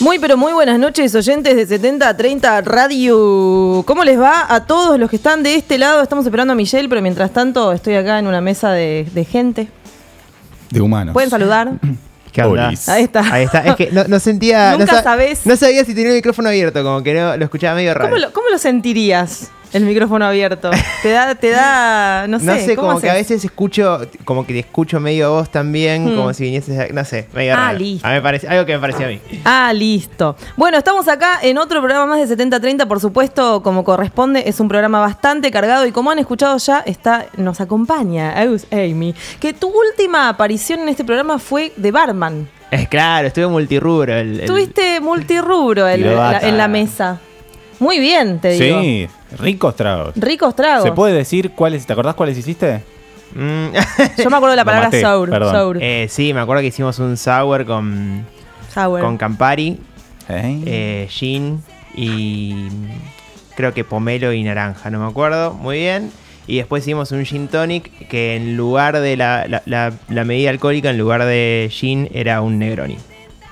Muy, pero muy buenas noches, oyentes de 70 a 30 Radio. ¿Cómo les va a todos los que están de este lado? Estamos esperando a Michelle, pero mientras tanto estoy acá en una mesa de, de gente. De humanos. Pueden saludar. ¿Qué onda? Olis. Ahí está. Ahí está. Es que no, no sentía. Nunca no sab- sabés. No sabía si tenía el micrófono abierto, como que no, lo escuchaba medio raro. ¿Cómo lo, cómo lo sentirías el micrófono abierto? Te da, te da no sé, no sé, ¿cómo como que a haces? Hmm. veces escucho, como que te escucho medio a vos también, como si vinieses, a- no sé, medio Ah, raro. listo. A mí me parece, algo que me parecía a mí. Ah, listo. Bueno, estamos acá en otro programa más de 70-30, por supuesto, como corresponde, es un programa bastante cargado y como han escuchado ya, está, nos acompaña Agus Amy, que tu última aparición en este programa fue de barman. Es claro, estuve multirrubro. El, el- Tuviste multirrubro el- La la- bata. en la mesa. Muy bien, te digo. Sí, ricos tragos. Ricos tragos. ¿Se puede decir cuáles? ¿Te acordás cuáles hiciste? Mm, Yo me acuerdo de la Lo palabra maté, sour. perdón. sour, eh, sí, me acuerdo que hicimos un sour con, sour. con Campari, ¿Eh? eh, gin y mm, creo que pomelo y naranja, no me acuerdo. Muy bien. Y después hicimos un gin tonic que en lugar de la, la- la- la medida alcohólica, en lugar de gin, era un Negroni.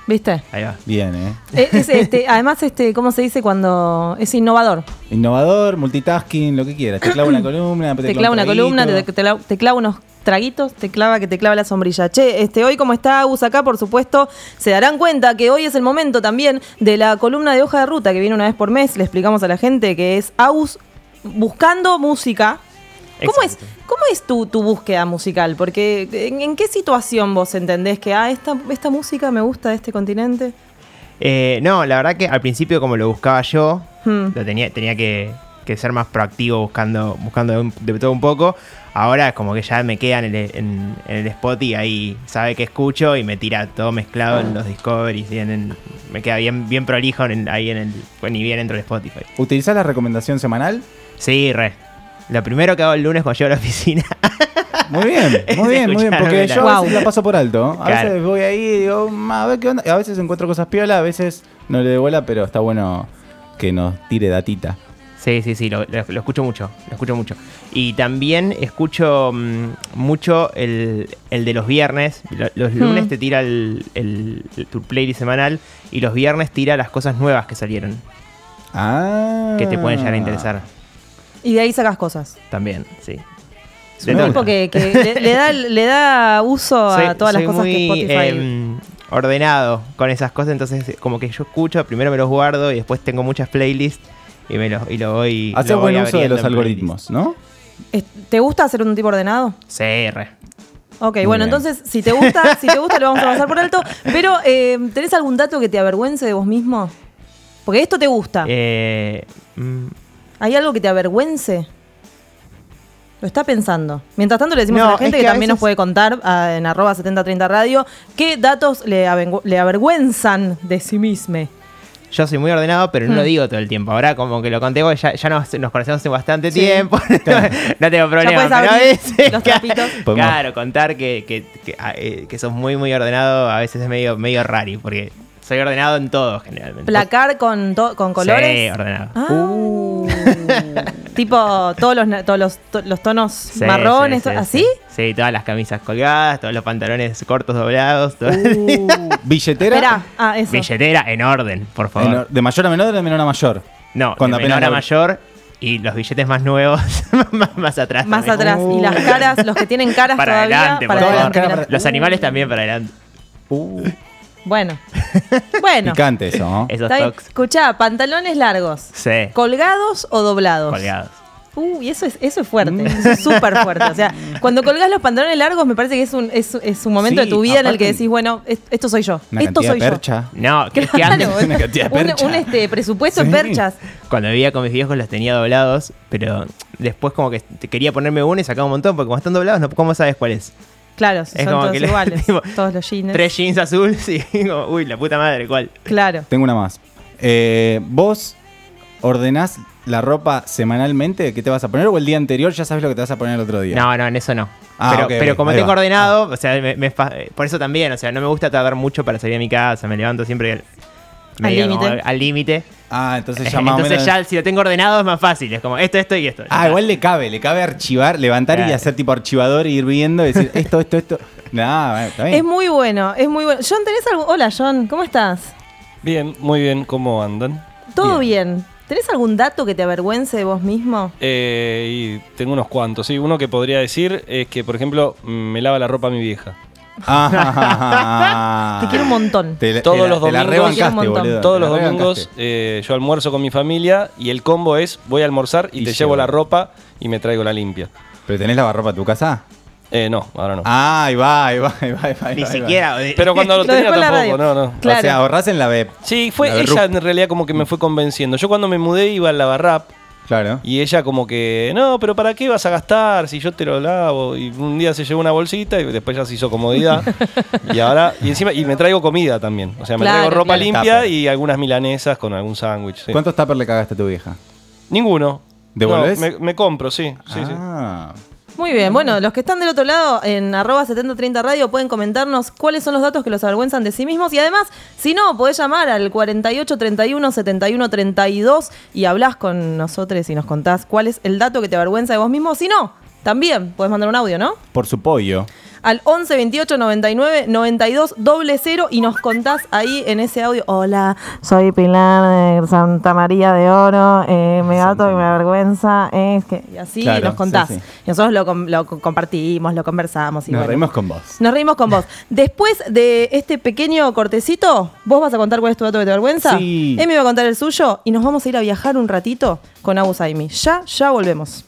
¿Viste? Ahí va. Bien, ¿eh? Eh, es, este, además, este, ¿cómo se dice cuando es innovador? Innovador, multitasking, lo que quieras. Te clavo una columna, Te clava una columna, te, te clava- te clava unos traguitos, te clava que te clava la sombrilla. Che, este, hoy como está Agus acá, por supuesto, se darán cuenta que hoy es el momento también de la columna de hoja de ruta que viene una vez por mes. Le explicamos a la gente que es Agus buscando música. ¿Cómo es, Exacto. ¿Cómo es tu, tu búsqueda musical? Porque ¿en, en qué situación vos entendés que ah, esta, esta música me gusta de este continente? Eh, no, la verdad que al principio como lo buscaba yo, Hmm. lo tenía, tenía que, que ser más proactivo buscando, buscando de, un- de todo un poco. Ahora es como que ya me queda en el, en, en el spot y ahí sabe que escucho y me tira todo mezclado en los discoveries y en el- me queda bien, bien prolijo en el- ahí en el. Bueno, ni bien entro el Spotify. ¿Utilizás la recomendación semanal? Sí, re. Lo primero que hago el lunes cuando llego a la oficina. Muy bien, muy bien, muy bien. Porque yo a veces la paso por alto. A Claro. veces voy ahí y digo, "Mm, a ver qué onda. A veces encuentro cosas piola, a veces no le doy bola, pero está bueno que nos tire datita. Sí, sí, sí, lo, lo- lo escucho mucho, lo escucho mucho. Y también escucho mm, mucho el, el de los viernes. Lo- Los lunes Mm. te tira el, el- tu playlist semanal y los viernes tira las cosas nuevas que salieron, Ah. que te pueden llegar a interesar Y de ahí sacas cosas. también, sí. Es De un todo. Tipo que, que le, le da, le da uso a Soy- todas las soy cosas que muy, Spotify. em, ordenado con esas cosas, entonces eh, como que yo escucho, primero me los guardo y después tengo muchas playlists y, me los, y lo voy... Ah. Hacer lo voy buen uso de abriendo los en playlists. algoritmos, ¿no? Es- ¿Te gusta hacer un tipo ordenado? Sí, re. Ok, Muy bueno, bien. entonces, si te gusta, si te gusta, lo vamos a pasar por alto. Pero, eh, ¿tenés algún dato que te avergüence de vos mismo? Porque esto te gusta. Eh, mm, ¿Hay algo que te avergüence? Lo está pensando. Mientras tanto, le decimos No, a la gente es que, que a también nos veces- puede contar ah, en arroba 7030 radio qué datos le, avengu- le avergüenzan de sí mismo. Yo soy muy ordenado, pero no Mm. lo digo todo el tiempo. Ahora como que lo conté, porque ya, ya nos, nos conocemos hace bastante Sí. tiempo. no tengo problema. puedes pero a abrir veces- los trapitos. Podemos- Claro, contar que, que, que, ah, eh, que sos muy, muy ordenado a veces es medio, medio rari, porque soy ordenado en todo generalmente. Placar con, to- con Sí, colores. ordenado. Ah. Uh. tipo todos los, na- todos los, to- los tonos Sí, marrones, sí, sí, to- sí. ¿así? Sí, todas las camisas colgadas, todos los pantalones cortos doblados. todo- Billetera. Esperá, ah, Uh, eso. Billetera en orden, por favor. En or- de mayor a menor o de menor a mayor. No, Cuando cuando de menor apenas a lo- mayor y los billetes más nuevos más, más atrás. Más también. atrás. Y Uh. las caras, los que tienen caras Para todavía. adelante, por favor. adelante, Todas las mirá. caras Los animales también para adelante. Uh, Bueno. Bueno. Picante eso, ¿no? Esos Está bien. tocs. Escuchá, pantalones largos. Sí. ¿Colgados o doblados? Colgados. Mm. Uy, eso es, eso es fuerte, eso es súper fuerte. O sea, cuando colgás los pantalones largos, me parece que es un, es, es un momento Sí, de tu vida en el que aparte- decís, bueno, es- esto soy yo. Una esto cantidad soy de yo. percha. No, que, que Claro, antes, Una cantidad de un- percha. un, este, presupuesto en Sí. perchas. cuando vivía con mis viejos los tenía doblados, pero después como que te- quería ponerme uno y sacaba un montón, porque como están doblados, no, ¿cómo sabes cuál es? Claro, son como todos que le- iguales. tipo, todos los jeans. Tres jeans azules y digo, uy, la puta madre, ¿cuál? Claro. Tengo una más. Eh, ¿Vos ordenás la ropa semanalmente que te vas a poner o el día anterior ya sabes lo que te vas a poner el otro día? No, no, en eso no. Ah, pero, ok, pero ok, como ahí tengo va. Ah. ordenado, o sea, me- me es fa- eh, por eso también, o sea, no me gusta tardar mucho para salir de mi casa, me levanto siempre al- medio como límite. Al límite. Ah, entonces ya más o Entonces menos- ya si lo tengo ordenado es más fácil, es como esto, esto y esto. Ah, igual le cabe, le cabe archivar, levantar y Claro. hacer tipo archivador y ir viendo y decir esto, esto, esto. Nah, bueno, está bien. Es muy bueno, es muy bueno. John, ¿tenés algo? Hola, John, ¿cómo estás? Bien, muy bien, ¿cómo andan? Todo bien. ¿Tenés algún dato que te avergüence de vos mismo? Eh, y tengo unos cuantos, sí. Uno que podría decir es que, por ejemplo, me lava la ropa mi vieja. Ah. Te quiero un montón. la- Todos la- los Te la Quiero domingos- un rebancaste, montón. boludo. Todos Te la los domingos rebancaste. eh, yo almuerzo con mi familia y el combo es voy a almorzar y, Y te llevo llevo. la ropa y me traigo la limpia. ¿Pero tenés lavarropa en tu casa? Eh, no, ahora no. Ah, ahí va, ahí va, ahí va. ahí va, ahí Ni va. siquiera. eh, Pero cuando lo Lo tenía dejó en la tampoco, no, radio. no. Claro. O sea, ahorrás en la B. Sí, fue La de ella Rup. en realidad como que me fue convenciendo. Yo cuando me mudé iba al lavarrap Claro. y ella como que, no, pero ¿para qué vas a gastar si yo te lo lavo? Y un día se llevó una bolsita y después ya se hizo comodidad. y ahora, y encima, y me traigo comida también. O sea, me Claro, traigo ropa claro. limpia Tupper. y algunas milanesas con algún sándwich. sí. ¿Cuántos tuppers le cagaste a tu vieja? Ninguno. ¿Devolvés? No, me, me compro, sí. sí, sí. ah. Muy bien, bueno, los que están del otro lado en arroba 7030 radio pueden comentarnos cuáles son los datos que los avergüenzan de sí mismos y además, si no, podés llamar al 48 31 71 32 y hablás con nosotros y nos contás cuál es el dato que te avergüenza de vos mismo. Si no, también podés mandar un audio, ¿no? Por su pollo. Al 11 28 99 92 00 y nos contás ahí en ese audio. Hola, soy Pilar de Santa María de Oro. eh, me Santa dato y me María. avergüenza es que. Y así Claro, nos contás. sí, sí. Y nosotros lo, com- lo co- compartimos, lo conversamos. Y Nos bueno. reímos con vos. Nos reímos con vos. Después de este pequeño cortecito, vos vas a contar cuál es tu dato de te avergüenza. Sí. Emi va a contar el suyo y nos vamos a ir a viajar un ratito con Agus Aimi. Ya, ya volvemos.